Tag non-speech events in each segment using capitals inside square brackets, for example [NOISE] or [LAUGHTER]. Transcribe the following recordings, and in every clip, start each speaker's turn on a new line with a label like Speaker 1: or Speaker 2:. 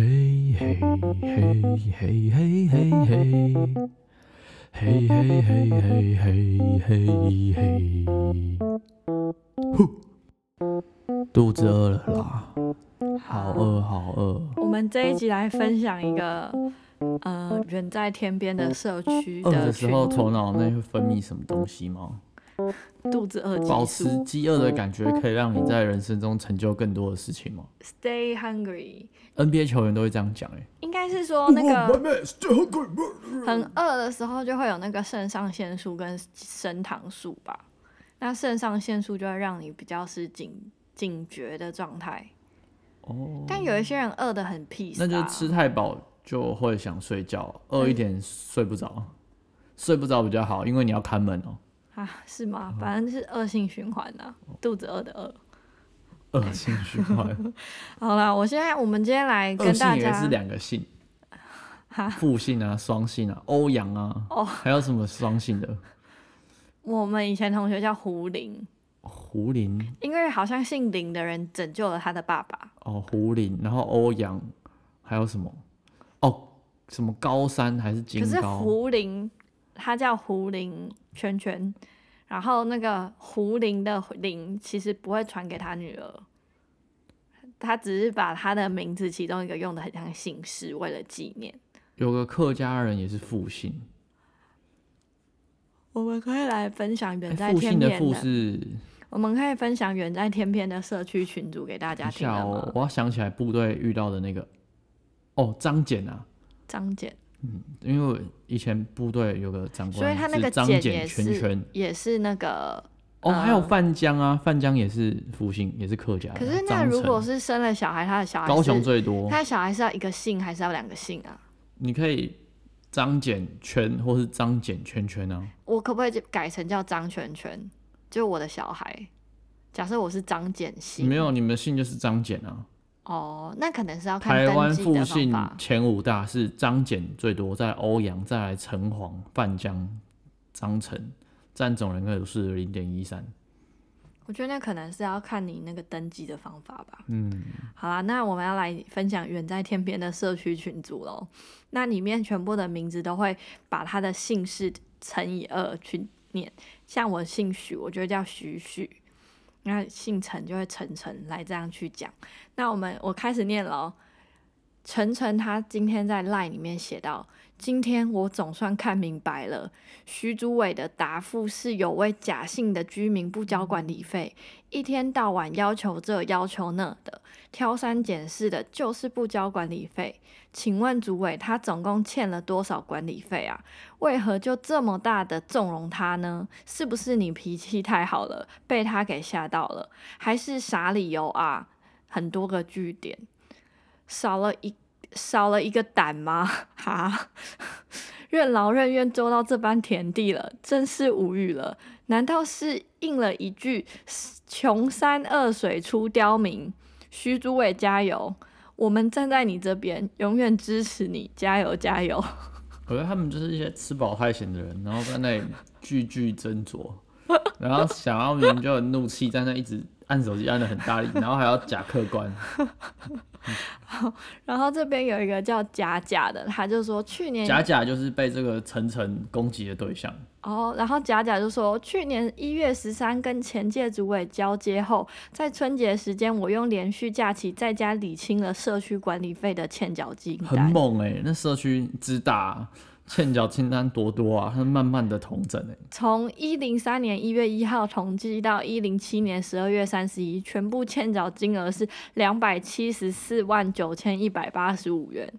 Speaker 1: 嘿嘿嘿嘿嘿嘿，嘿嘿嘿嘿嘿嘿嘿，呼，肚子饿了啦，好饿好饿，
Speaker 2: 呃我们这一集来分享一个，呃，远在天边的社区
Speaker 1: 饿
Speaker 2: 的
Speaker 1: 哦的时
Speaker 2: 群
Speaker 1: 候
Speaker 2: 组
Speaker 1: 头脑内会分泌什么东西吗？
Speaker 2: 肚子饿
Speaker 1: 保
Speaker 2: 激
Speaker 1: 持
Speaker 2: 素
Speaker 1: 饥饿的感觉可以让你在人生中成就更多的事情吗
Speaker 2: ，Stay hungry，
Speaker 1: ？NBA 球员都会这样讲哎、
Speaker 2: 应该是说那个很饿的时候就会有那个肾上腺素跟升糖素吧，那肾上腺素就会让你比较是警警觉的状态，
Speaker 1: 哦，
Speaker 2: 但有一些人饿的很 peace，、
Speaker 1: 那
Speaker 2: 啊、
Speaker 1: 就吃太饱就会想睡觉，饿一点睡不着，睡不着比较好，因为你要看门哦、
Speaker 2: 啊，是
Speaker 1: 哦
Speaker 2: 吗？反正是恶性循环啊，肚子饿的饿。
Speaker 1: [LAUGHS] 恶性循 [LAUGHS] 环，
Speaker 2: 好啦，我现在我们今天来
Speaker 1: 恶
Speaker 2: 跟
Speaker 1: 性
Speaker 2: 大
Speaker 1: 也
Speaker 2: 家
Speaker 1: 是两个
Speaker 2: [LAUGHS]
Speaker 1: 性，复性啊、双性啊、欧阳啊，
Speaker 2: 哦
Speaker 1: 还有什么双性的？
Speaker 2: 我们以前同学叫胡林，
Speaker 1: 胡林
Speaker 2: 因为好像姓林的人拯救了他的爸爸。
Speaker 1: 哦，胡林，然后欧阳，还有什么？哦，什么高山还是金
Speaker 2: 可是
Speaker 1: 高？
Speaker 2: 胡林，他叫胡林圈圈，然后那个胡林的林其实不会传给他女儿，他只是把他的名字其中一个用的很像姓氏，为了纪念。
Speaker 1: 有个客家人也是复姓，
Speaker 2: 我们可以来分享远在
Speaker 1: 哎复
Speaker 2: 天
Speaker 1: 姓的
Speaker 2: 边
Speaker 1: 复
Speaker 2: 的，
Speaker 1: 是
Speaker 2: 我们可以分享远在天边的社区群组给大
Speaker 1: 等
Speaker 2: 家
Speaker 1: 一
Speaker 2: 听
Speaker 1: 下
Speaker 2: 了
Speaker 1: 哦
Speaker 2: 吗，？
Speaker 1: 我要想起来部队遇到的那个哦，张俭啊，
Speaker 2: 张简，
Speaker 1: 因为我以前部队有个长官，
Speaker 2: 所以他那个
Speaker 1: 是张
Speaker 2: 简
Speaker 1: 俭
Speaker 2: 也
Speaker 1: 圈
Speaker 2: 是
Speaker 1: 圈。
Speaker 2: 也是那个
Speaker 1: 哦，还有
Speaker 2: 嗯
Speaker 1: 范江啊，范江也是复姓，也是客家的。
Speaker 2: 可是那
Speaker 1: 张
Speaker 2: 如
Speaker 1: 成
Speaker 2: 果是生了小孩，他的小孩
Speaker 1: 啊高
Speaker 2: 是
Speaker 1: 雄最多
Speaker 2: 他，的小孩是要一个姓还是要两个姓啊？
Speaker 1: 你可以张简圈或是张简圈圈啊。
Speaker 2: 我可不可以就改成叫张全全？就我的小孩，假设我是张简姓，
Speaker 1: 没有，你们姓就是张简啊。
Speaker 2: 哦，那可能是要看
Speaker 1: 台湾
Speaker 2: 登记
Speaker 1: 复
Speaker 2: 的方
Speaker 1: 姓
Speaker 2: 法。
Speaker 1: 前五大是张简最多，在欧阳，再来城隍、范江、张成，占总人口是零点一三。
Speaker 2: 我觉得那可能是要看你那个登记的方法吧。
Speaker 1: 嗯，
Speaker 2: 好啦，那我们要来分享远在天边的社区群组喽。那里面全部的名字都会把他的姓氏乘以二去念，像我姓许，我就叫许许。那姓陈就会陈陈来这样去讲。那我们我开始念喽。陈陈他今天在 LINE 里面写到：“今天我总算看明白了，徐主委的答复是有位假姓的居民不交管理费，一天到晚要求这要求那的，挑三拣四的，就是不交管理费。请问主委，他总共欠了多少管理费啊？为何就这么大的纵容他呢？是不是你脾气太好了，被他给吓到了，还是啥理由啊？很多个据点，少了一少了一个胆吗？ [LAUGHS] 哈，任劳任怨做到这般田地了，真是无语了。难道是应了一句“穷山恶水出刁民”？徐主委加油，我们站在你这边，永远支持你，加油加油！ [LAUGHS]
Speaker 1: 我觉得他们就是一些吃饱太闲的人，然后在那里句句斟酌， [LAUGHS] 然后想要研究的怒气，在那一直按手机按的很大力，然后还要假客 [LAUGHS] 观。
Speaker 2: 然后这边有一个叫假假的，他就说去年
Speaker 1: 假假就是被这个层层攻击的对象，
Speaker 2: 哦，然后假假就说，去年一月十三跟前届主委交接后，在春节时间，我用连续假期在家理清了社区管理费的欠缴清
Speaker 1: 很
Speaker 2: 单。
Speaker 1: 猛哎、那社区之大、欠缴清单多多啊，他慢慢的统整哎、
Speaker 2: 从一零三年一月一号统计到一零七年十二月三十一，全部欠缴金额是两百七十四万九千一百八十五元。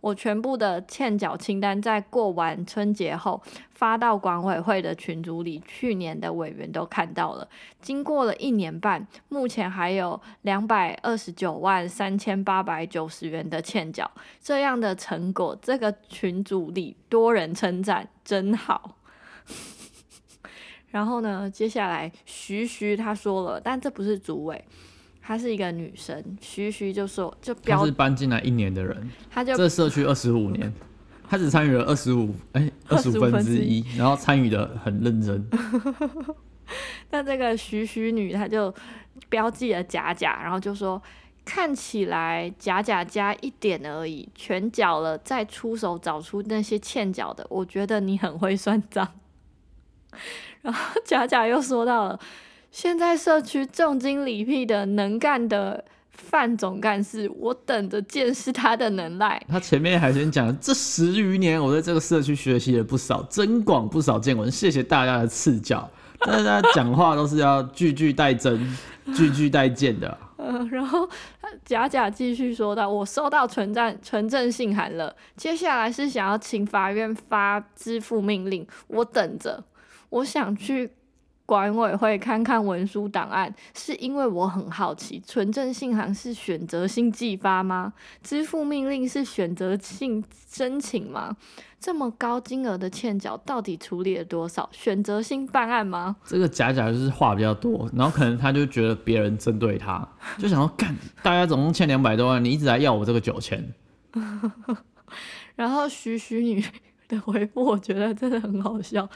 Speaker 2: 我全部的欠缴清单在过完春节后发到管委会的群组里，去年的委员都看到了。经过了一年半，目前还有两百二十九万三千八百九十元的欠缴，这样的成果，这个群组里多人称赞，真好。 [LAUGHS] 然后呢，接下来徐徐她说了，但这不是主委，她是一个女生。徐徐就说，就
Speaker 1: 他
Speaker 2: 标
Speaker 1: 是，搬进来一年的人，
Speaker 2: 她就
Speaker 1: 这社区二十五年，他只参与了二十五哎二十五
Speaker 2: 25
Speaker 1: 分之一，然后参与的很认真。
Speaker 2: 那这个徐徐女，她就标记了假假，然后就说看起来假假加一点而已，全缴了再出手找出那些欠缴的，我觉得你很会算账。 [LAUGHS] 然后假假又说到了，现在社区重金礼聘的能干的范总干事，我等着见识他的能耐。
Speaker 1: 他前面还先讲，这十余年我在这个社区学习了不少，增广不少见闻，谢谢大家的赐教。但是他讲话都是要句句带真， [LAUGHS] 句句带剑的。
Speaker 2: 嗯，然后呃假假继续说到，我收到存证存证信函了，接下来是想要请法院发支付命令，我等着，我想去管委会看看文书档案，是因为我很好奇，存证信函是选择性寄发吗？支付命令是选择性申请吗？这么高金额的欠缴到底处理了多少？选择性办案吗？
Speaker 1: 这个假假就是话比较多，然后可能他就觉得别人针对他，就想要干，大家总共欠两百多万，你一直来要我这个九千，
Speaker 2: 然后徐徐女的回复，我觉得真的很好笑。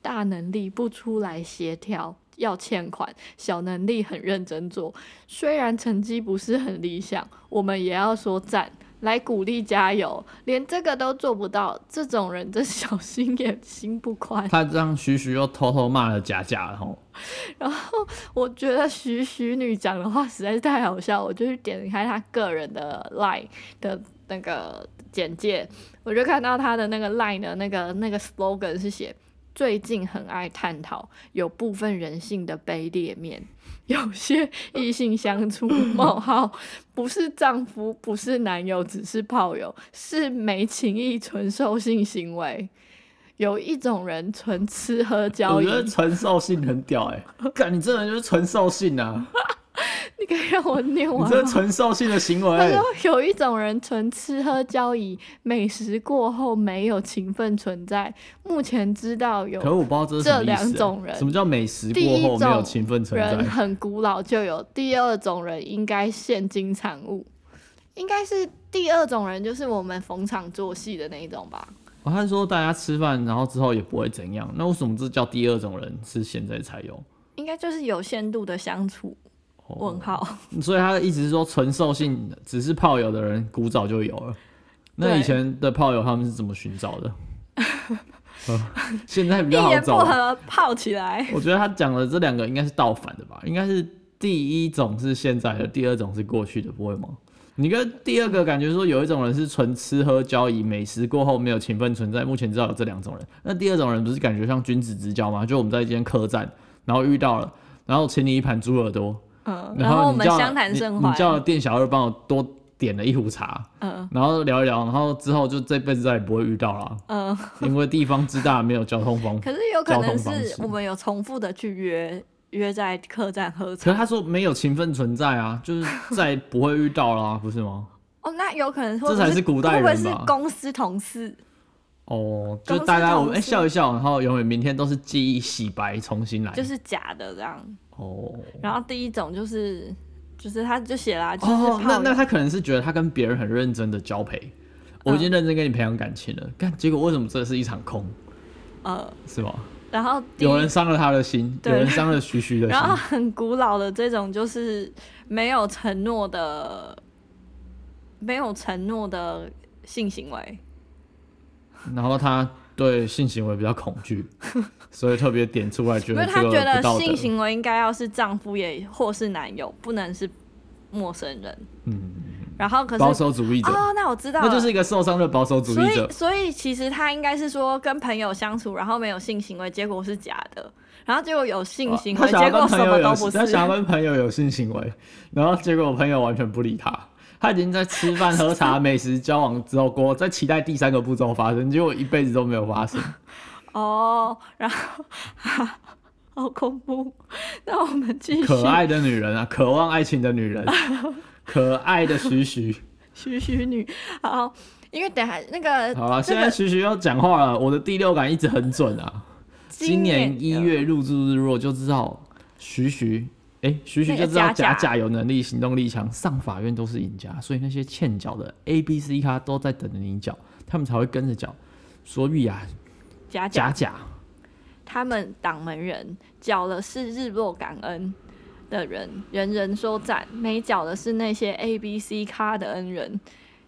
Speaker 2: 大能力不出来协调要欠款，小能力很认真做，虽然成绩不是很理想，我们也要说赞，来鼓励加油。连这个都做不到，这种人真小心也心不宽。
Speaker 1: 他这样徐徐又偷偷骂了假假，然后
Speaker 2: 我觉得徐徐女讲的话实在是太好笑，我就去点开她个人的 LINE 的那个简介，我就看到她的那个 LINE 的那个那个 slogan 是写“最近很爱探讨有部分人性的卑劣面，有些异性相
Speaker 1: [LAUGHS]
Speaker 2: 处冒号不是丈夫，不是男友，只是炮友，是没情义纯兽性行为。”有一种人纯吃喝交
Speaker 1: 我
Speaker 2: 易， [LAUGHS]
Speaker 1: 觉得纯兽性很屌哎、欸，干你这人就是纯兽性啊，
Speaker 2: 你可以让我念
Speaker 1: 你
Speaker 2: 完
Speaker 1: 这
Speaker 2: 吗
Speaker 1: 是纯兽性的行
Speaker 2: 他
Speaker 1: 为
Speaker 2: 说。有一种人纯吃喝交易，美食过后没有情分存在。目前知道有
Speaker 1: 可是我不知道这是什么意思欸、
Speaker 2: 这两种人
Speaker 1: 什么叫美食过后没有情分存
Speaker 2: 人
Speaker 1: 在？
Speaker 2: 很古老就有，第二种人应该现今产物，应该是第二种人就是我们逢场作戏的那一种吧。
Speaker 1: 我还说大家吃饭，然后之后也不会怎样，那为什么这叫第二种人是现在才有？
Speaker 2: 应该就是有限度的相处。
Speaker 1: 哦
Speaker 2: 问号，
Speaker 1: 所以他的意思是说，纯兽性只是炮友的人古早就有了。那
Speaker 2: 对
Speaker 1: 以前的炮友他们是怎么寻找
Speaker 2: [LAUGHS]
Speaker 1: 的？呃现在比
Speaker 2: 一
Speaker 1: 较好
Speaker 2: 言不
Speaker 1: 找。啊
Speaker 2: 合泡起来。
Speaker 1: [LAUGHS] 我觉得他讲的这两个应该是倒反的吧？应该是第一种是现在的，第二种是过去的，不会吗？你跟第二个感觉说有一种人是纯吃喝交易，美食过后没有情分存在。目前知道有这两种人，那第二种人不是感觉像君子之交吗？就我们在一间客栈，然后遇到了，然后请你一盘猪耳朵，
Speaker 2: 嗯，
Speaker 1: 然
Speaker 2: 后我
Speaker 1: 你
Speaker 2: 们
Speaker 1: 叫
Speaker 2: 相谈甚
Speaker 1: 你
Speaker 2: 欢
Speaker 1: 你。叫店小二帮我多点了一壶茶，
Speaker 2: 嗯
Speaker 1: 然后聊一聊，然后之后就这辈子再也不会遇到了，
Speaker 2: 嗯，
Speaker 1: 因为地方之大没有交通方。
Speaker 2: 可是有可
Speaker 1: 交
Speaker 2: 能
Speaker 1: 通方
Speaker 2: 是
Speaker 1: 式
Speaker 2: 我们有重复的去约约在客栈喝茶
Speaker 1: 可是。他说没有情分存在啊，就是再不会遇到啦， [LAUGHS] 不是吗？
Speaker 2: 哦，那有可能会
Speaker 1: 这
Speaker 2: 不会
Speaker 1: 才是古代
Speaker 2: 会不会
Speaker 1: 人
Speaker 2: 是
Speaker 1: 吧
Speaker 2: 公司同事？
Speaker 1: 哦，
Speaker 2: 公
Speaker 1: 就
Speaker 2: 司
Speaker 1: 大家我
Speaker 2: 同
Speaker 1: 们哎、
Speaker 2: 事
Speaker 1: 笑一笑，然后永远明天都是记忆洗白，重新来。
Speaker 2: 就是假的这样。
Speaker 1: 哦
Speaker 2: 然后第一种就是就是他就写啦，就是
Speaker 1: 哦，那
Speaker 2: 泡
Speaker 1: 那
Speaker 2: 友。
Speaker 1: 他可能是觉得他跟别人很认真的交配，我
Speaker 2: 嗯
Speaker 1: 已经认真跟你培养感情了，但结果为什么这是一场空，
Speaker 2: 呃，
Speaker 1: 是吗？
Speaker 2: 然后第一
Speaker 1: 有人伤了他的心，有
Speaker 2: 对
Speaker 1: 人伤了徐徐的
Speaker 2: [LAUGHS] 然后
Speaker 1: 心。
Speaker 2: 很古老的这种就是没有承诺的，没有承诺的性行为。
Speaker 1: 然后他对性行为比较恐
Speaker 2: [LAUGHS]
Speaker 1: 惧，所以特别点出来，觉
Speaker 2: 因
Speaker 1: 得
Speaker 2: 为
Speaker 1: 这
Speaker 2: 他
Speaker 1: 个
Speaker 2: 觉
Speaker 1: 不
Speaker 2: 得
Speaker 1: 道德
Speaker 2: 性。行为应该要是丈夫也或是男友，不能是陌生人。
Speaker 1: 嗯，
Speaker 2: 然后可
Speaker 1: 保
Speaker 2: 是
Speaker 1: 守主义者，
Speaker 2: 哦，那我知道了，
Speaker 1: 那就是一个受伤的保守主
Speaker 2: 所
Speaker 1: 义者
Speaker 2: 以，。所以其实他应该是说跟朋友相处，然后没有性行为，结果是假的。然后结果有性行为，
Speaker 1: 他想要
Speaker 2: 结果
Speaker 1: 跟
Speaker 2: 什
Speaker 1: 朋友
Speaker 2: 么都
Speaker 1: 有，
Speaker 2: 不是
Speaker 1: 他。想要跟朋友有性行为，然后结果我朋友完全不理他。他已经在吃饭、喝茶、美食交往之后过，在期待第三个步骤发生，结果一辈子都没有发生。
Speaker 2: 哦，然后、 [LAUGHS] 哈，好恐怖。那我们继续。
Speaker 1: 可爱的女人啊，渴望爱情的女
Speaker 2: [LAUGHS]
Speaker 1: 人，可爱的徐徐。
Speaker 2: 徐徐女，好，因为等下那个
Speaker 1: 好了，
Speaker 2: [LAUGHS] 这
Speaker 1: 现
Speaker 2: 个
Speaker 1: 在徐徐要讲话了，我的第六感一直很准啊。今年一月入住日落就知道徐徐，哎、徐徐
Speaker 2: 那
Speaker 1: 就
Speaker 2: 个
Speaker 1: 知道
Speaker 2: 假假
Speaker 1: 假假有能力，行动力强，上法院都是赢家，所以那些欠缴的 A、B、C 咖都在等着你缴，他们才会跟着缴。所以啊，
Speaker 2: 假假
Speaker 1: 假假
Speaker 2: 他们党门人缴了是日落感恩，的人，人人说赞；没缴的是那些 A、B、C 咖的恩人。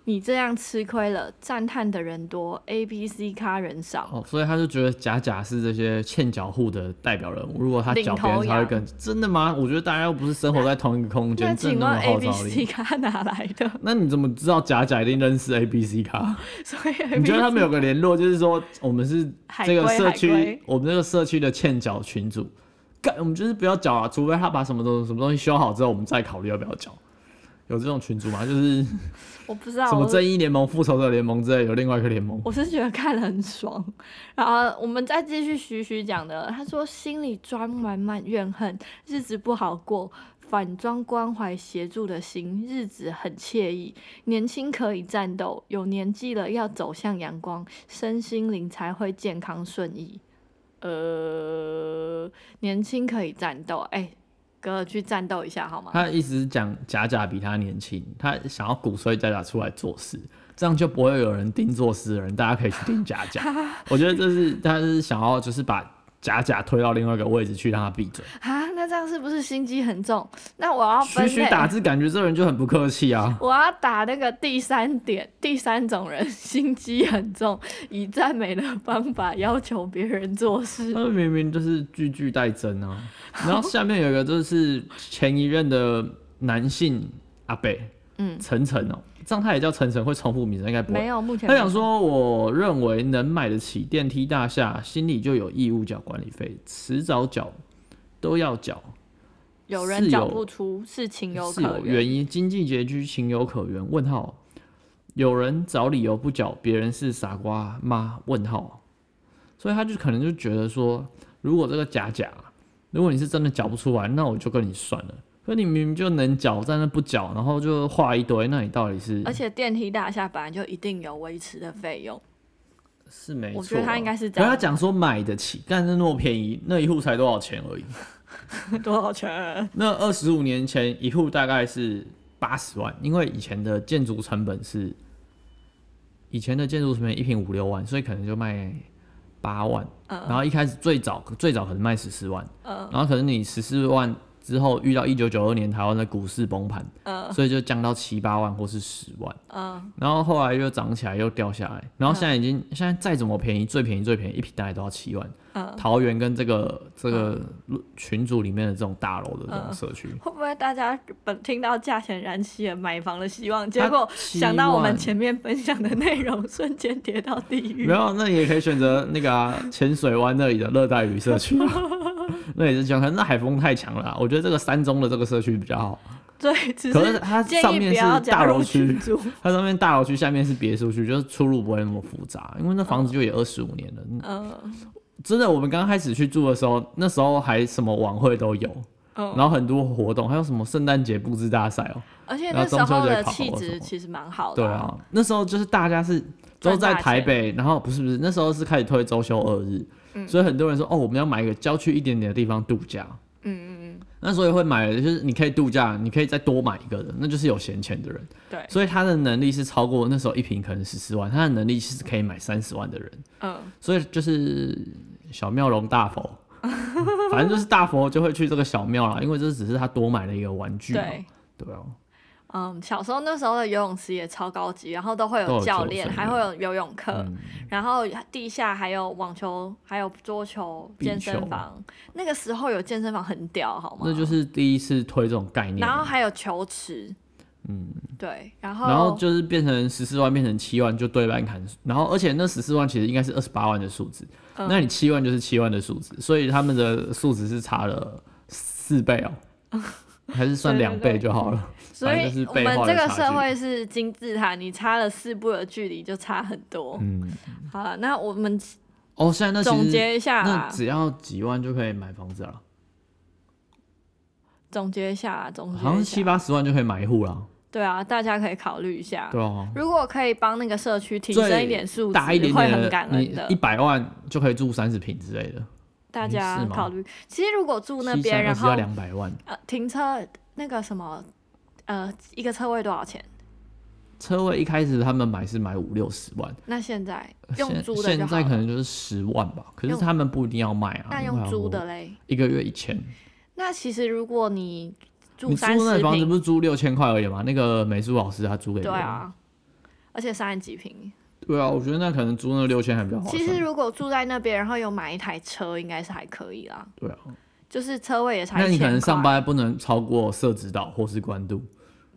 Speaker 2: 你这样吃亏了，赞叹的人多，A、B、C 咖人少。
Speaker 1: 哦，所以他就觉得贾贾是这些欠缴户的代表人物，如果他
Speaker 2: 领
Speaker 1: 缴别人
Speaker 2: 头
Speaker 1: 才会
Speaker 2: 羊
Speaker 1: 更真的吗？我觉得大家又不是生活在同一个空
Speaker 2: 那
Speaker 1: 间，真
Speaker 2: 请
Speaker 1: 的
Speaker 2: 问
Speaker 1: 那么
Speaker 2: A、
Speaker 1: 号
Speaker 2: B、
Speaker 1: 召
Speaker 2: C
Speaker 1: 力？
Speaker 2: 咖哪来的？ [LAUGHS]
Speaker 1: 那你怎么知道贾贾一定认识 A B C 卡？
Speaker 2: 所以 A、
Speaker 1: 你
Speaker 2: B、
Speaker 1: 觉得他
Speaker 2: C
Speaker 1: 们有个联络，就是说我们是这个
Speaker 2: 海龟
Speaker 1: 社
Speaker 2: 海
Speaker 1: 区
Speaker 2: 龟，
Speaker 1: 我们这个社区的欠缴群主，干我们就是不要缴啊，除非他把什么东西什么东西修好之后，我们再考虑要不要缴。有这种群主吗？就是什
Speaker 2: 我不知道，
Speaker 1: 么
Speaker 2: 我
Speaker 1: 正
Speaker 2: 是
Speaker 1: 义联盟、复仇者联盟之类，有另外一个联盟。
Speaker 2: 我是觉得看得很爽。然后我们再继续徐徐讲的，他说心里装满满怨恨，日子不好过。反装关怀协助的心，日子很惬意。年轻可以战斗，有年纪了要走向阳光，身心灵才会健康顺意。呃，年轻可以战斗，哎、哥哥去战斗一下好吗？
Speaker 1: 他一直讲贾贾比他年轻，他想要鼓吹贾贾出来做事，这样就不会有人盯做事的人，大家可以去盯贾
Speaker 2: [LAUGHS]
Speaker 1: 贾。我觉得这是他是想要就是把贾贾推到另外一个位置去，让他闭嘴。
Speaker 2: 啊，那这样是不是心机很重？那我要分
Speaker 1: 徐
Speaker 2: 类。
Speaker 1: 徐打字，感觉这人就很不客气啊。
Speaker 2: 我要打那个第三点，第三种人心机很重，以赞美的方法要求别人做事。
Speaker 1: 那明明就是句句带真啊。然后下面有一个就是前一任的男性阿北，
Speaker 2: [LAUGHS] 嗯
Speaker 1: 晨晨哦，这样他也叫晨晨，会重复名字应该不
Speaker 2: 没
Speaker 1: 会。
Speaker 2: 有，目前
Speaker 1: 他
Speaker 2: 没有
Speaker 1: 想说，我认为能买得起电梯大厦，心里就有义务缴管理费，迟早缴都要缴，
Speaker 2: 有
Speaker 1: 是
Speaker 2: 人缴
Speaker 1: 有
Speaker 2: 不出，是情有
Speaker 1: 是
Speaker 2: 可
Speaker 1: 有
Speaker 2: 原。
Speaker 1: 原因，经济拮据情有可原。问号，有人找理由不缴，别人是傻瓜吗？问号，所以他就可能就觉得说，如果这个假假，如果你是真的缴不出来，那我就跟你算了。可你明明就能缴，在那不缴，然后就画一堆，那你到底是
Speaker 2: 而且电梯大厦本来就一定有维持的费用，
Speaker 1: 是没错啊？
Speaker 2: 我觉得他应该是这
Speaker 1: 可
Speaker 2: 样
Speaker 1: 他讲说买得起，但是那么便宜，那一户才多少钱而已。
Speaker 2: [LAUGHS] 多少钱？
Speaker 1: 那二十五年前一户大概是八十万，因为以前的建筑成本是，以前的建筑成本一平五六万，所以可能就卖八万。然后一开始最早最早可能卖十四万，然后可能你十四万之后遇到一九九二年台湾的股市崩盘，所以就降到七八万或是十万。
Speaker 2: 嗯，
Speaker 1: 然后后来又涨起来，又掉下来，然后现在已经、现在再怎么便宜，最便宜最便宜一平大概都要七万。
Speaker 2: 嗯
Speaker 1: 桃园跟这个这个群组里面的这种大楼的这种社区，
Speaker 2: 会不会大家本听到价钱燃起了买房的希望，结
Speaker 1: 他
Speaker 2: 果
Speaker 1: 七
Speaker 2: 想到我们
Speaker 1: 万
Speaker 2: 前面分享的内容，瞬间跌到地狱
Speaker 1: 没？有，那你也可以选择那个啊浅、水湾那里的热带雨社区啊，那也是喜欢。可是那海风太强了啊、我觉得这个山中的这个社区比较好。
Speaker 2: 对，只
Speaker 1: 可是
Speaker 2: 是
Speaker 1: 它
Speaker 2: 建
Speaker 1: 上
Speaker 2: 议
Speaker 1: 面
Speaker 2: 不要
Speaker 1: 是
Speaker 2: 加
Speaker 1: 大
Speaker 2: 入
Speaker 1: 楼区
Speaker 2: 群，组。
Speaker 1: 它上面大楼区，下面是别墅区，就是出入不会那么复杂，因为那房子就也二十五年了。嗯
Speaker 2: [LAUGHS] 嗯
Speaker 1: 真的，我们刚开始去住的时候，那时候还什么晚会都有，
Speaker 2: 嗯，
Speaker 1: 然后很多活动，还有什么圣诞节布置大赛哦、
Speaker 2: 而且
Speaker 1: 然
Speaker 2: 那
Speaker 1: 后
Speaker 2: 时
Speaker 1: 中秋
Speaker 2: 候
Speaker 1: 节
Speaker 2: 的
Speaker 1: 烤
Speaker 2: 气
Speaker 1: 肉什
Speaker 2: 质
Speaker 1: 么
Speaker 2: 其实蛮好的、
Speaker 1: 对啊，那时候就是大家是都在台北，然后不是不是，那时候是开始推周休二日，所以很多人说哦，我们要买一个郊区一点点的地方度假。
Speaker 2: 嗯嗯嗯，
Speaker 1: 那所以会买的就是你可以度假，你可以再多买一个的，那就是有闲钱的人。
Speaker 2: 对，
Speaker 1: 所以他的能力是超过那时候一瓶可能十四万，他的能力是可以买三十万的人。
Speaker 2: 嗯，
Speaker 1: 所以就是小妙容大
Speaker 2: [LAUGHS]
Speaker 1: 佛，反正就是大佛就会去这个小庙啦，因为这只是他多买了一个玩具嘛。
Speaker 2: 对。
Speaker 1: 对啊，
Speaker 2: 嗯，小时候那时候的游泳池也超高级，然后都会
Speaker 1: 都有
Speaker 2: 有教
Speaker 1: 救
Speaker 2: 练，
Speaker 1: 生
Speaker 2: 还
Speaker 1: 员
Speaker 2: 会有游泳课，
Speaker 1: 嗯，
Speaker 2: 然后地下还有网球，还有桌球、
Speaker 1: 壁
Speaker 2: 健
Speaker 1: 球
Speaker 2: 身房。那个时候有健身房很屌，好吗？
Speaker 1: 那就是第一次推这种概念
Speaker 2: 然后
Speaker 1: 啊。
Speaker 2: 还有球池，嗯，对，然后
Speaker 1: 然后就是变成十四万，变成七万就对半砍，然后而且那十四万其实应该是二十八万的数字，
Speaker 2: 嗯
Speaker 1: 那你七万就是七万的数字，所以他们的数值是差了四倍哦、
Speaker 2: [LAUGHS]
Speaker 1: 还是算
Speaker 2: 对对
Speaker 1: 两倍就好了。
Speaker 2: 所
Speaker 1: 反正就是
Speaker 2: 以我
Speaker 1: 背
Speaker 2: 们
Speaker 1: 后的
Speaker 2: 这个
Speaker 1: 差
Speaker 2: 社
Speaker 1: 距
Speaker 2: 会是金字塔，你差了四步的距离就差很多。
Speaker 1: 嗯，
Speaker 2: 好了，那我们
Speaker 1: 哦，现在那其实
Speaker 2: 总结一下
Speaker 1: 那
Speaker 2: 啦，
Speaker 1: 只要几万就可以买房子啊了，
Speaker 2: 总结一下啦，总
Speaker 1: 好
Speaker 2: 结
Speaker 1: 像
Speaker 2: 一
Speaker 1: 七
Speaker 2: 下。
Speaker 1: 八十万就可以买一户了。
Speaker 2: 对啊，大家可以考虑一下。
Speaker 1: 对啊，
Speaker 2: 如果可以帮那个社区提升一点素质，
Speaker 1: 大一点
Speaker 2: 会
Speaker 1: 点
Speaker 2: 很感
Speaker 1: 的，
Speaker 2: 恩
Speaker 1: 你
Speaker 2: 的
Speaker 1: 一。百万就可以住三十平之类的，
Speaker 2: 大家
Speaker 1: 是吗
Speaker 2: 考虑。其实如果住那
Speaker 1: 七三
Speaker 2: 边，
Speaker 1: 二
Speaker 2: 然
Speaker 1: 十要
Speaker 2: 后
Speaker 1: 两百万，
Speaker 2: 呃停车那个什么呃一个车位多少钱？
Speaker 1: 车位一开始他们买是买五六十万。
Speaker 2: 那现在用
Speaker 1: 呃现
Speaker 2: 租的就
Speaker 1: 现
Speaker 2: 好
Speaker 1: 在可
Speaker 2: 了。
Speaker 1: 能就是十万吧，可是
Speaker 2: 用
Speaker 1: 他们不一定要卖啊。
Speaker 2: 那
Speaker 1: 因为好
Speaker 2: 用
Speaker 1: 像
Speaker 2: 租的嘞？
Speaker 1: 一个月一千，
Speaker 2: 那其实如果你住
Speaker 1: 你租
Speaker 2: 三
Speaker 1: 那
Speaker 2: 十
Speaker 1: 房子
Speaker 2: 平，
Speaker 1: 不是租六千块而已嘛？那个美术老师他租给我。
Speaker 2: 对，啊，而且三十几平，
Speaker 1: 对啊，我觉得那可能租那六千还比较划
Speaker 2: 其实
Speaker 1: 算。
Speaker 2: 如果住在那边，然后有买一台车，应该是还可以啦。
Speaker 1: 对啊，
Speaker 2: 就是车位也才
Speaker 1: 那你可能
Speaker 2: 1000
Speaker 1: 上
Speaker 2: 块，
Speaker 1: 班不能超过社指导或是关渡。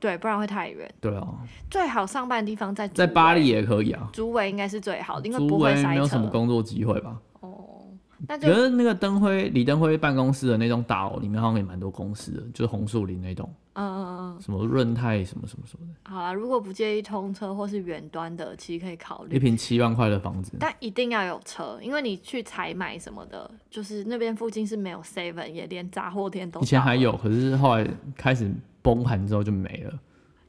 Speaker 2: 对，不然会太远。
Speaker 1: 对啊，
Speaker 2: 最好上班的地方在
Speaker 1: 在
Speaker 2: 竹
Speaker 1: 巴
Speaker 2: 围
Speaker 1: 黎，也可以啊。
Speaker 2: 竹围应该是最好的，因为
Speaker 1: 租
Speaker 2: 不会
Speaker 1: 唯
Speaker 2: 塞
Speaker 1: 没有什么
Speaker 2: 车。
Speaker 1: 工作机会吧？
Speaker 2: 哦，那
Speaker 1: 可
Speaker 2: 就是
Speaker 1: 那个灯辉李登辉办公室的那栋大楼里面好像也蛮多公司的，就是红树林那栋，
Speaker 2: 嗯嗯嗯，
Speaker 1: 什么润泰什么什么什么的，
Speaker 2: 好啦，如果不介意通车或是远端的，其实可以考
Speaker 1: 一
Speaker 2: 虑。
Speaker 1: 平七万块的房子，
Speaker 2: 但一定要有车，因为你去采买什么的，就是那边附近是没有 Seven，也连杂货店都
Speaker 1: 以前
Speaker 2: 倒
Speaker 1: 还
Speaker 2: 了，
Speaker 1: 有，可是后来开始崩盘之后就没了。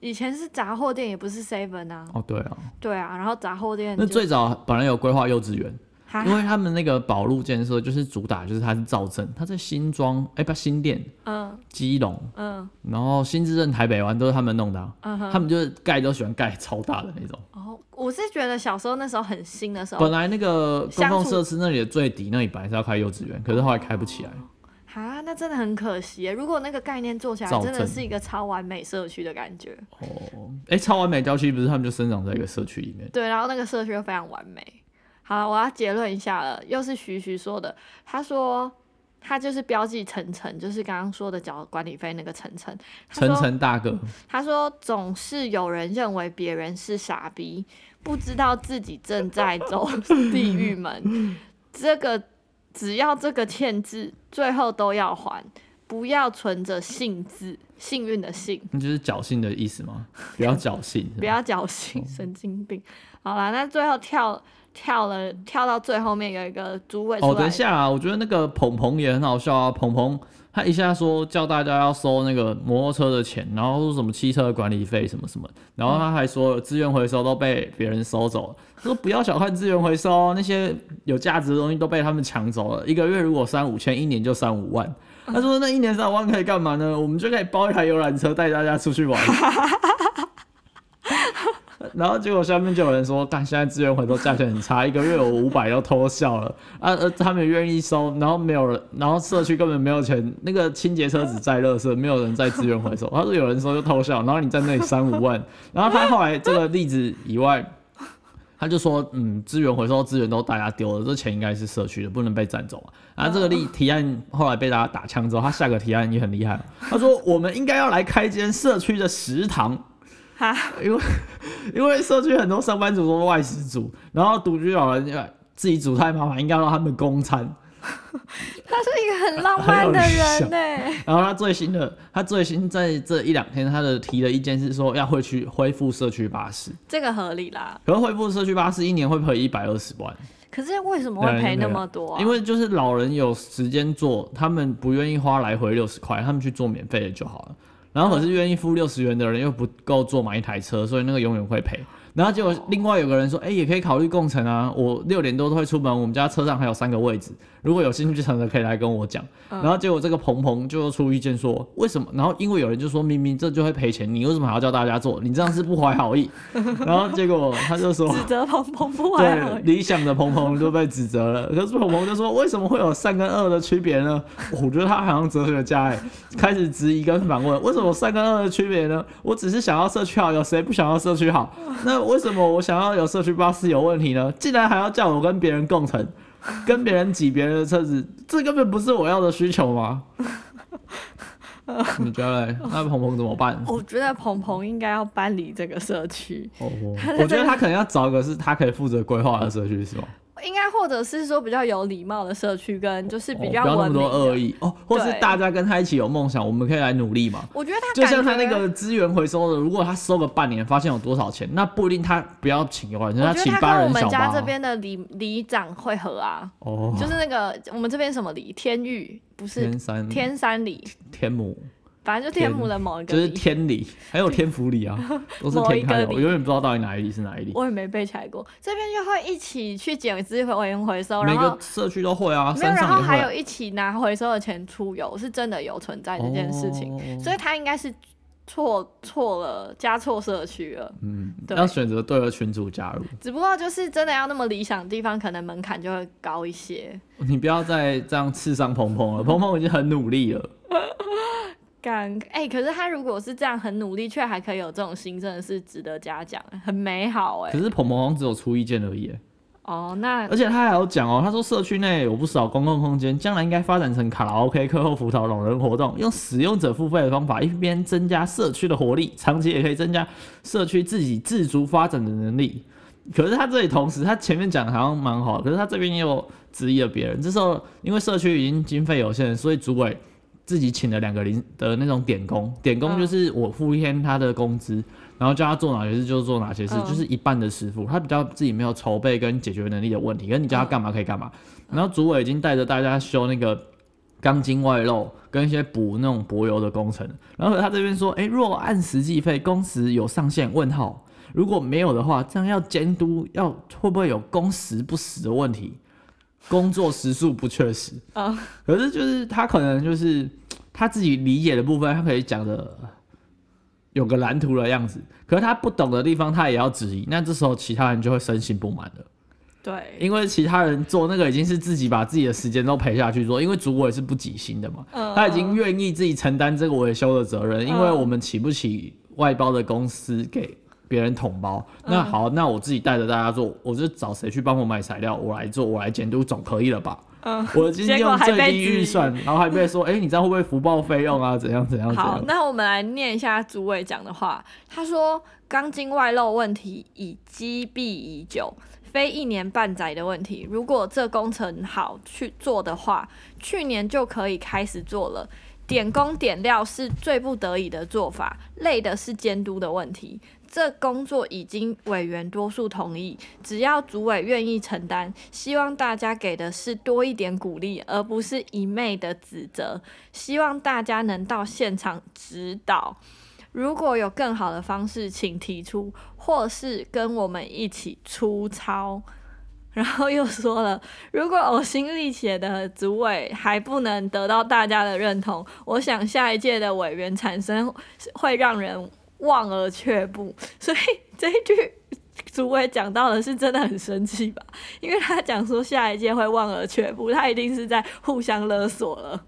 Speaker 2: 以前是杂货店，也不是 Seven 啊。
Speaker 1: 哦，对啊，
Speaker 2: 对啊，然后杂货店
Speaker 1: 那
Speaker 2: 就啊
Speaker 1: 最早本来有规划幼稚园，
Speaker 2: 哈
Speaker 1: 因为他们那个保路建设就是主打就是它是造镇，它在新庄，哎、不新店、
Speaker 2: 嗯
Speaker 1: 基隆，
Speaker 2: 嗯
Speaker 1: 然后新市镇、台北湾都是他们弄的啊、
Speaker 2: 嗯
Speaker 1: 他
Speaker 2: 哼，
Speaker 1: 们就是盖都喜欢盖超大的那种。
Speaker 2: 哦，我是觉得小时候那时候很新的时候
Speaker 1: 本，来那个公
Speaker 2: 相
Speaker 1: 共
Speaker 2: 处
Speaker 1: 设施那里的最底那里本来是要开幼稚园，可是后
Speaker 2: 哦
Speaker 1: 来开不起来。
Speaker 2: 哈，那真的很可惜耶。如果那个概念做起来，
Speaker 1: 造
Speaker 2: 真的
Speaker 1: 镇
Speaker 2: 是一个超完美社区的感觉。
Speaker 1: 哦，哎、超完美郊区不是他们就生长在一个社区里面，
Speaker 2: 对，然后那个社区又非常完美。好，我要结论一下了，又是徐徐说的，他说他就是标记层层，就是刚刚说的缴管理费那个层层。他
Speaker 1: 层
Speaker 2: 说
Speaker 1: 层大个。
Speaker 2: 他说总是有人认为别人是傻逼，不知道自己正在走地狱门。这个只要这个欠字，最后都要还，不要存着幸字，幸运的幸。
Speaker 1: 那就是侥幸的意思吗？不要侥幸，
Speaker 2: 不要侥
Speaker 1: 哦
Speaker 2: 幸，神经病。好啦，那最后跳跳了，跳到最后面有一个主委出来，
Speaker 1: 哦，等一下啊，我觉得那个鹏鹏也很好笑啊。鹏鹏他一下说叫大家要收那个摩托车的钱，然后说什么汽车的管理费什么什么，然后他还说资源回收都被别人收走了，他说不要小看资源回收，那些有价值的东西都被他们抢走了。一个月如果三五千，一年就三五万。他说：“那一年三五万可以干嘛呢？我们就可以包一台游览车带大家出
Speaker 2: [LAUGHS]
Speaker 1: 去玩。”然后结果下面就有人说：“干，现在资源回收价钱很差，一个月有五百都偷笑了。”啊，呃，他们愿意收，然后没有人，然后社区根本没有钱，那个清洁车只在垃圾，没有人在资源回收。他 [LAUGHS] 说有人收就偷笑，然后你在那里三五万， [LAUGHS] 然后他后来这个例子以外，他就说，嗯，资源回收资源都大家丢了，这钱应该是社区的，不能被占走啊。然后这个例提案后来被大家打枪之后，他下个提案也很厉害，哦他说我们应该要来开间社区的食堂。
Speaker 2: 哈，
Speaker 1: 因为因为社区很多上班族都是外食族，然后独居老人家自己煮太麻烦，应该让他们供餐。
Speaker 2: 他是一个很浪漫的人呢、
Speaker 1: 然后他最新的，他最新在这一两天，他的提的意见是说要回去恢复社区巴士，
Speaker 2: 这个合理啦。
Speaker 1: 可是恢复社区巴士一年会赔一百二十万，
Speaker 2: 可是为什么会赔那么多啊、
Speaker 1: 因为就是老人有时间做，他们不愿意花来回六十块，他们去做免费的就好了。然后可是愿意付六十元的人又不够做买一台车，所以那个永远会赔。然后结果另外有个人说，哎、也可以考虑共乘啊，我六点多都会出门，我们家车上还有三个位置，如果有兴趣乘的可以来跟我讲。然后结果这个鹏鹏就出意见说，为什么？然后因为有人就说，明明这就会赔钱，你为什么还要叫大家做？你这样是不怀好意。然后结果他就说，
Speaker 2: 指责彭彭不怀好
Speaker 1: 对，
Speaker 2: 意。
Speaker 1: 理想的鹏鹏就被指责了。可是鹏鹏就说：“为什么会有善跟恶的区别呢？”我觉得他好像哲学家哎，开始质疑跟反问：为什么善跟恶的区别呢？我只是想要社区好，有谁不想要社区好？那为什么我想要有社区巴士有问题呢？竟然还要叫我跟别人共乘，跟别人挤别人的车子，这根本不是我要的需求吗？你觉得嘞那鹏鹏怎么办？
Speaker 2: [LAUGHS] 我觉得彭彭应该要搬离这个社区，
Speaker 1: 哦，我觉得他可能要找一个是他可以负责规划的社区，是吗？
Speaker 2: 应该或者是说比较有礼貌的社区，跟就是比较
Speaker 1: 哦、不要那
Speaker 2: 文
Speaker 1: 么
Speaker 2: 明
Speaker 1: 多
Speaker 2: 的。
Speaker 1: 恶意哦，或是
Speaker 2: 对
Speaker 1: 大家跟他一起有梦想，我们可以来努力嘛。
Speaker 2: 我觉得他
Speaker 1: 就像他
Speaker 2: 感觉
Speaker 1: 那个资源回收的，如果他收个半年，发现有多少钱，那不一定他不要请游览车，
Speaker 2: 我觉
Speaker 1: 请
Speaker 2: 得他
Speaker 1: 八
Speaker 2: 跟我
Speaker 1: 人
Speaker 2: 们
Speaker 1: 小巴
Speaker 2: 家
Speaker 1: 啊。
Speaker 2: 这边的里里长会合啊，
Speaker 1: 哦，
Speaker 2: 就是那个我们这边什么里天域不是
Speaker 1: 天山
Speaker 2: 天山里，
Speaker 1: 天母
Speaker 2: 反正就天母的某一个
Speaker 1: 就
Speaker 2: 里，
Speaker 1: 是天理，还有天府
Speaker 2: [LAUGHS]
Speaker 1: 里啊，都是
Speaker 2: 某一
Speaker 1: 天开
Speaker 2: 个
Speaker 1: 的，我
Speaker 2: 里
Speaker 1: 永远不知道到底哪一里是哪一里。
Speaker 2: 我也没背起来过。这边就会一起去捡资源回回收，
Speaker 1: 每
Speaker 2: 然
Speaker 1: 个
Speaker 2: 后
Speaker 1: 社区都会啊，
Speaker 2: 没
Speaker 1: 山
Speaker 2: 有，然
Speaker 1: 上
Speaker 2: 后
Speaker 1: 也
Speaker 2: 还
Speaker 1: 会
Speaker 2: 有
Speaker 1: 啊。
Speaker 2: 一起拿回收的钱出游，是真的有存在这件事情，
Speaker 1: 哦
Speaker 2: 所以他应该是错错了，加错社区了。
Speaker 1: 嗯，
Speaker 2: 对
Speaker 1: 要选择对的群组加入，
Speaker 2: 只不过就是真的要那么理想的地方，可能门槛就会高一些。
Speaker 1: 你不要再这样刺伤鹏鹏了，鹏鹏已经很努力了。
Speaker 2: 感哎、可是他如果是这样很努力，却还可以有这种心，真的是值得嘉奖，很美好哎、
Speaker 1: 可是鹏鹏好像只有出意见而已耶，
Speaker 2: 哦，那
Speaker 1: 而且他还有讲哦，他说社区内有不少公共空间，将来应该发展成卡拉 OK、课后辅导、老人活动，用使用者付费的方法，一边增加社区的活力，长期也可以增加社区自己自足发展的能力。可是他这里同时，他前面讲的好像蛮好，可是他这边也有质疑了别人。这时候因为社区已经经费有限，所以主委自己请了两个零的那种点工，点工
Speaker 2: 嗯
Speaker 1: 就是我付一天他的工资，然后叫他做哪些事就做哪些事，
Speaker 2: 嗯
Speaker 1: 就是一半的师傅，他比较自己没有筹备跟解决能力的问题，可是你叫
Speaker 2: 嗯
Speaker 1: 他干嘛可以干嘛。然后主委已经带着大家修那个钢筋外露跟一些补那种柏油的工程，然后他这边说，诶，若按时计费，工时有上限？问号。如果没有的话，这样要监督，要会不会有工时不实的问题？工作时数不确实，
Speaker 2: 嗯
Speaker 1: 可是就是他可能就是他自己理解的部分，他可以讲的有个蓝图的样子。可是他不懂的地方，他也要质疑。那这时候其他人就会深信不满了，
Speaker 2: 对，
Speaker 1: 因为其他人做那个已经是自己把自己的时间都赔下去做，因为主委是不给薪的嘛，
Speaker 2: 嗯
Speaker 1: 他已经愿意自己承担这个维修的责任，因为
Speaker 2: 嗯
Speaker 1: 我们起不起外包的公司给别人统包。
Speaker 2: 嗯
Speaker 1: 那好，那我自己带着大家做，我就找谁去帮我买材料，我来做，我来监督，总可以了吧？
Speaker 2: 嗯，
Speaker 1: 我今天
Speaker 2: 结果
Speaker 1: 用
Speaker 2: 还
Speaker 1: 最
Speaker 2: 被
Speaker 1: 低
Speaker 2: 质疑
Speaker 1: 预算，然后还被说，哎、你这样会不会福报费用啊？怎样怎样怎
Speaker 2: 好
Speaker 1: 样，？
Speaker 2: 那我们来念一下主委讲的话。他说：“钢筋外露问题已积弊已久，非一年半载的问题。如果这工程好去做的话，去年就可以开始做了。点工点料是最不得已的做法，累的是监督的问题。这工作已经委员多数同意，只要主委愿意承担，希望大家给的是多一点鼓励，而不是一昧的指责。希望大家能到现场指导。如果有更好的方式，请提出，或是跟我们一起出操。然后又说了，如果呕心沥血的组委还不能得到大家的认同，我想下一届的委员产生会让人望而却步。所以这一句组委讲到的是真的很生气吧？因为他讲说下一届会望而却步，他一定是在互相勒索了。 [LAUGHS]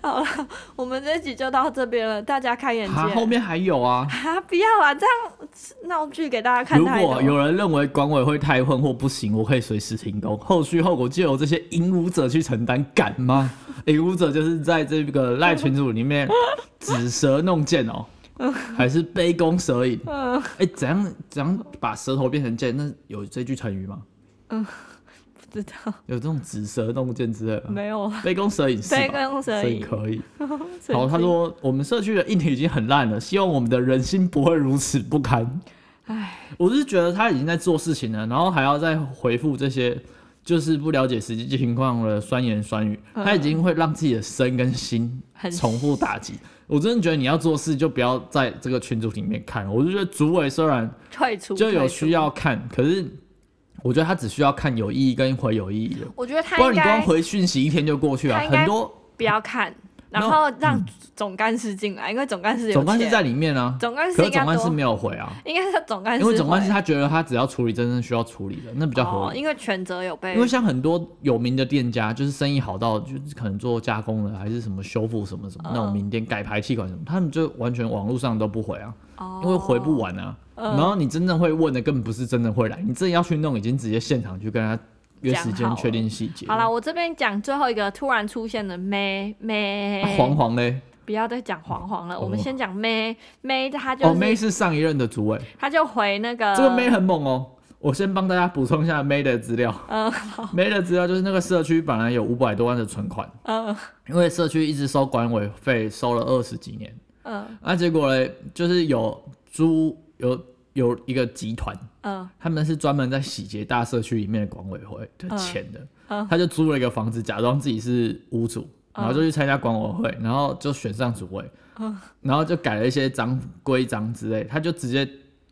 Speaker 2: 好了，我们这集就到这边了，大家开眼界。
Speaker 1: 他后面还有啊。
Speaker 2: 啊，不要啦，这样闹剧给大家看
Speaker 1: 如
Speaker 2: 太多
Speaker 1: 果。有人认为管委会太混或不行，我可以随时停工，后续后果就由这些引舞者去承担，敢
Speaker 2: [LAUGHS]
Speaker 1: 吗？引舞者就是在这个赖群组里面指蛇弄剑
Speaker 2: [LAUGHS]
Speaker 1: 哦，还是杯弓蛇影？
Speaker 2: 嗯，
Speaker 1: 哎、怎样怎样把舌头变成剑？那有这句成语吗？
Speaker 2: 不知道， [LAUGHS]
Speaker 1: 有这种指蛇弄剑之类的吗？
Speaker 2: 没有啊。
Speaker 1: 杯弓蛇影是吧？
Speaker 2: 杯弓蛇
Speaker 1: 所以
Speaker 2: 影
Speaker 1: 可以。
Speaker 2: 神
Speaker 1: 好，他
Speaker 2: 经
Speaker 1: 说我们社区的硬体已经很烂了， [LAUGHS] 希望我们的人心不会如此不堪。
Speaker 2: 唉，
Speaker 1: 我是觉得他已经在做事情了，然后还要再回复这些就是不了解实际情况的酸言酸语，
Speaker 2: 嗯
Speaker 1: 他已经会让自己的身跟心
Speaker 2: 很
Speaker 1: 重复打
Speaker 2: [LAUGHS]
Speaker 1: 击。我真的觉得你要做事就不要在这个群组里面看。我就觉得主委虽然
Speaker 2: 退出
Speaker 1: 就有
Speaker 2: 退出
Speaker 1: 需要看，可是我觉得他只需要看有意义跟回有意义的，
Speaker 2: 我觉得他
Speaker 1: 不然
Speaker 2: 应
Speaker 1: 你光
Speaker 2: 该
Speaker 1: 回讯息一天就过去啊，
Speaker 2: 他应该
Speaker 1: 很多
Speaker 2: 不要看，
Speaker 1: 那
Speaker 2: 然后让总干事进来，因为总干事有
Speaker 1: 总干事
Speaker 2: 钱
Speaker 1: 在里面啊，
Speaker 2: 总干事
Speaker 1: 可是
Speaker 2: 应该
Speaker 1: 总干事
Speaker 2: 多
Speaker 1: 没有回啊。
Speaker 2: 应该是总干事
Speaker 1: 因为总干事
Speaker 2: 会
Speaker 1: 他觉得他只要处理真正需要处理的，那比较合
Speaker 2: 哦，
Speaker 1: 理。
Speaker 2: 因为权责有被
Speaker 1: 因为像很多有名的店家，就是生意好到就是可能做加工的，还是什么修复什么什么、
Speaker 2: 嗯
Speaker 1: 那种名店改排气管什么，他们就完全网络上都不回啊，
Speaker 2: 哦嗯
Speaker 1: 因为回不完啊。然后你真正会问的，根本不是真的会来，你真的要去弄，已经直接现场去跟他约时
Speaker 2: 讲
Speaker 1: 间
Speaker 2: 好了
Speaker 1: 确定细节。
Speaker 2: 好啦，我这边讲最后一个突然出现的咩咩、
Speaker 1: 啊 [LAUGHS] 黄黄嘞，
Speaker 2: 不要再讲黄黄了，
Speaker 1: 哦
Speaker 2: 我们先讲咩咩，他就
Speaker 1: 哦
Speaker 2: 是、
Speaker 1: 妹是上一任的主委，
Speaker 2: 他就回那个
Speaker 1: 这个妹很猛哦。我先帮大家补充一下妹的资料，
Speaker 2: 嗯
Speaker 1: 妹的资料就是那个社区本来有五百多万的存款，
Speaker 2: 嗯
Speaker 1: 因为社区一直收管委费，收了二十几年。
Speaker 2: 嗯
Speaker 1: 那、结果嘞，就是有租有有一个集团，
Speaker 2: 嗯
Speaker 1: 他们是专门在洗劫大社区里面的管委会的钱的，
Speaker 2: 嗯
Speaker 1: 他就租了一个房子，假装自己是屋主，然后就去参加管委会，然后就选上主委，
Speaker 2: 嗯
Speaker 1: 然后就改了一些章规章之类，他就直接。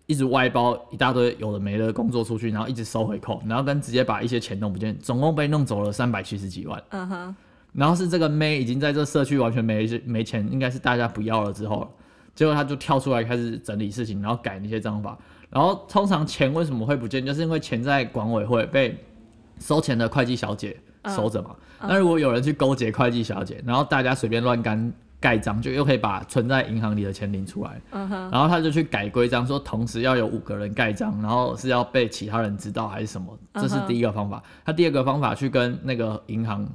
Speaker 1: 一直外包一大堆有的没的工作出去，然后一直收回扣，然后跟直接把一些钱弄不见，总共被弄走了三百七十几万。
Speaker 2: 嗯哼
Speaker 1: 然后是这个妹已经在这社区完全没没钱，应该是大家不要了之后了，结果她就跳出来开始整理事情，然后改那些章法。然后通常钱为什么会不见，就是因为钱在管委会被收钱的会计小姐守着嘛。那如果有人去勾结会计小姐，然后大家随便乱干盖章，就又可以把存在银行里的钱领出来。
Speaker 2: 嗯哼，
Speaker 1: 然后他就去改规章，说同时要有五个人盖章，然后是要被其他人知道还是什么？这是
Speaker 2: 嗯哼
Speaker 1: 第一个方法。他第二个方法去跟那个银行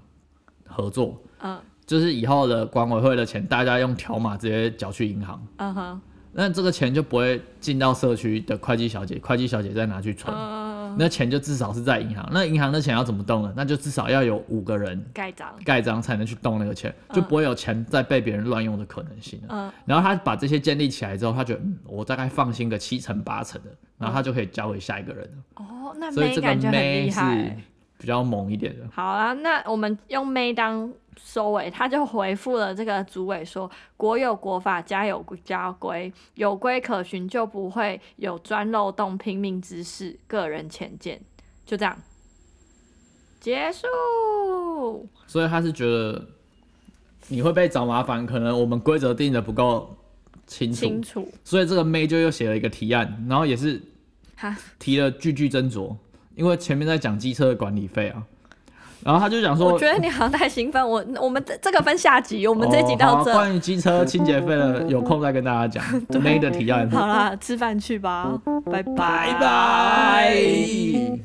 Speaker 1: 合作，
Speaker 2: 嗯
Speaker 1: 就是以后的管委会的钱，大家用条码直接缴去银行，
Speaker 2: 嗯哼，
Speaker 1: 那这个钱就不会进到社区的会计小姐，会计小姐再拿去存，
Speaker 2: 嗯，
Speaker 1: 那钱就至少是在银行。那银行的钱要怎么动呢？那就至少要有五个人
Speaker 2: 盖章，
Speaker 1: 盖章才能去动那个钱，就不会有钱再被别人乱用的可能性啊了。
Speaker 2: 嗯
Speaker 1: 然后他把这些建立起来之后，他觉得嗯，我大概放心个七成八成的，然后他就可以交给下一个人了。
Speaker 2: 哦，那
Speaker 1: 所以这
Speaker 2: May
Speaker 1: 个
Speaker 2: 感觉很
Speaker 1: May
Speaker 2: 厉
Speaker 1: 是
Speaker 2: 害。
Speaker 1: 比较猛一点的。
Speaker 2: 好啊，那我们用 May 当收尾，他就回复了这个主委说：“国有国法，家有家规，有规可循，就不会有钻漏洞、拼命之事。个人浅见，就这样结束。
Speaker 1: 所以他是觉得你会被找麻烦，可能我们规则定的不够清楚，
Speaker 2: 清楚
Speaker 1: 所以这个 May 就又写了一个提案，然后也是
Speaker 2: 哈，
Speaker 1: 提了句句斟酌，因为前面在讲机车的管理费啊，然后他就讲说，
Speaker 2: 我觉得你好像太兴奋。我我们这这个分下集，我们这集
Speaker 1: 哦好
Speaker 2: 到
Speaker 1: 啊
Speaker 2: 这。
Speaker 1: 关于机车清洁费的，
Speaker 2: [LAUGHS]
Speaker 1: 有空再跟大家讲 May 的提案。
Speaker 2: 好啦，吃饭去吧，拜拜
Speaker 1: 拜拜。